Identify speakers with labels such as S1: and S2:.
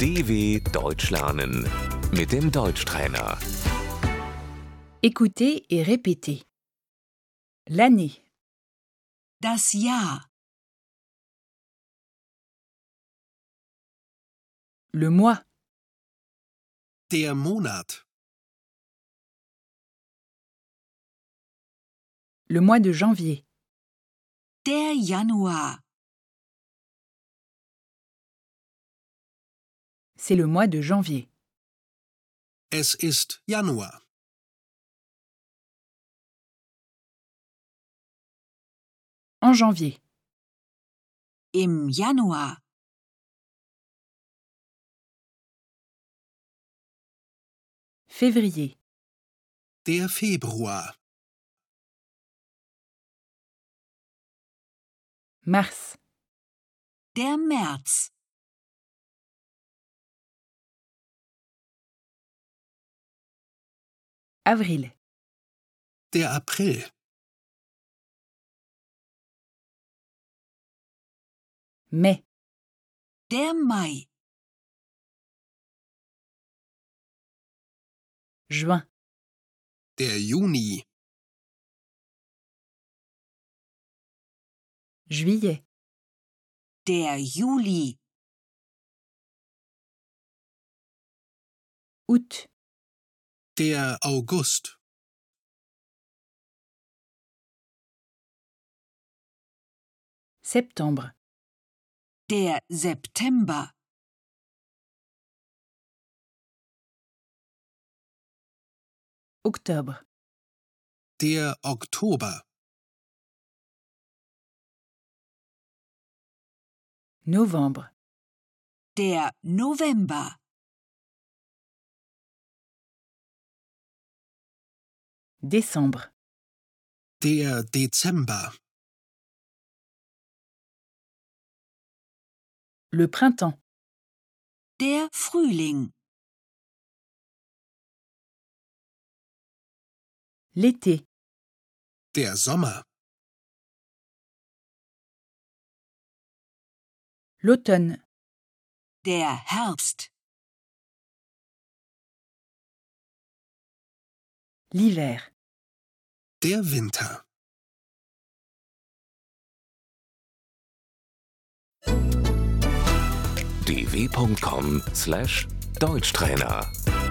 S1: DW Deutsch lernen mit dem Deutschtrainer.
S2: Écoutez et répétez. L'année,
S3: Das Jahr,
S2: le mois,
S4: Der Monat,
S2: le mois de janvier,
S3: der Januar,
S2: c'est le mois de janvier.
S4: es ist Januar.
S2: En janvier,
S3: im Januar,
S2: février,
S4: Der Februar,
S2: mars,
S3: der März,
S2: avril,
S4: der April,
S2: mai,
S3: der Mai,
S2: juin,
S4: der Juni,
S2: juillet,
S3: der Juli,
S2: août,
S4: der August,
S2: septembre,
S3: der er September,
S2: octobre,
S4: der Oktober,
S2: novembre,
S3: der er November,
S2: décembre,
S4: der Dezember,
S2: le printemps,
S3: der er Frühling,
S2: l'été,
S4: der Sommer,
S2: l'automne, er
S3: der Herbst,
S2: l'hiver,
S4: der Winter.
S1: dw.com/deutschtrainer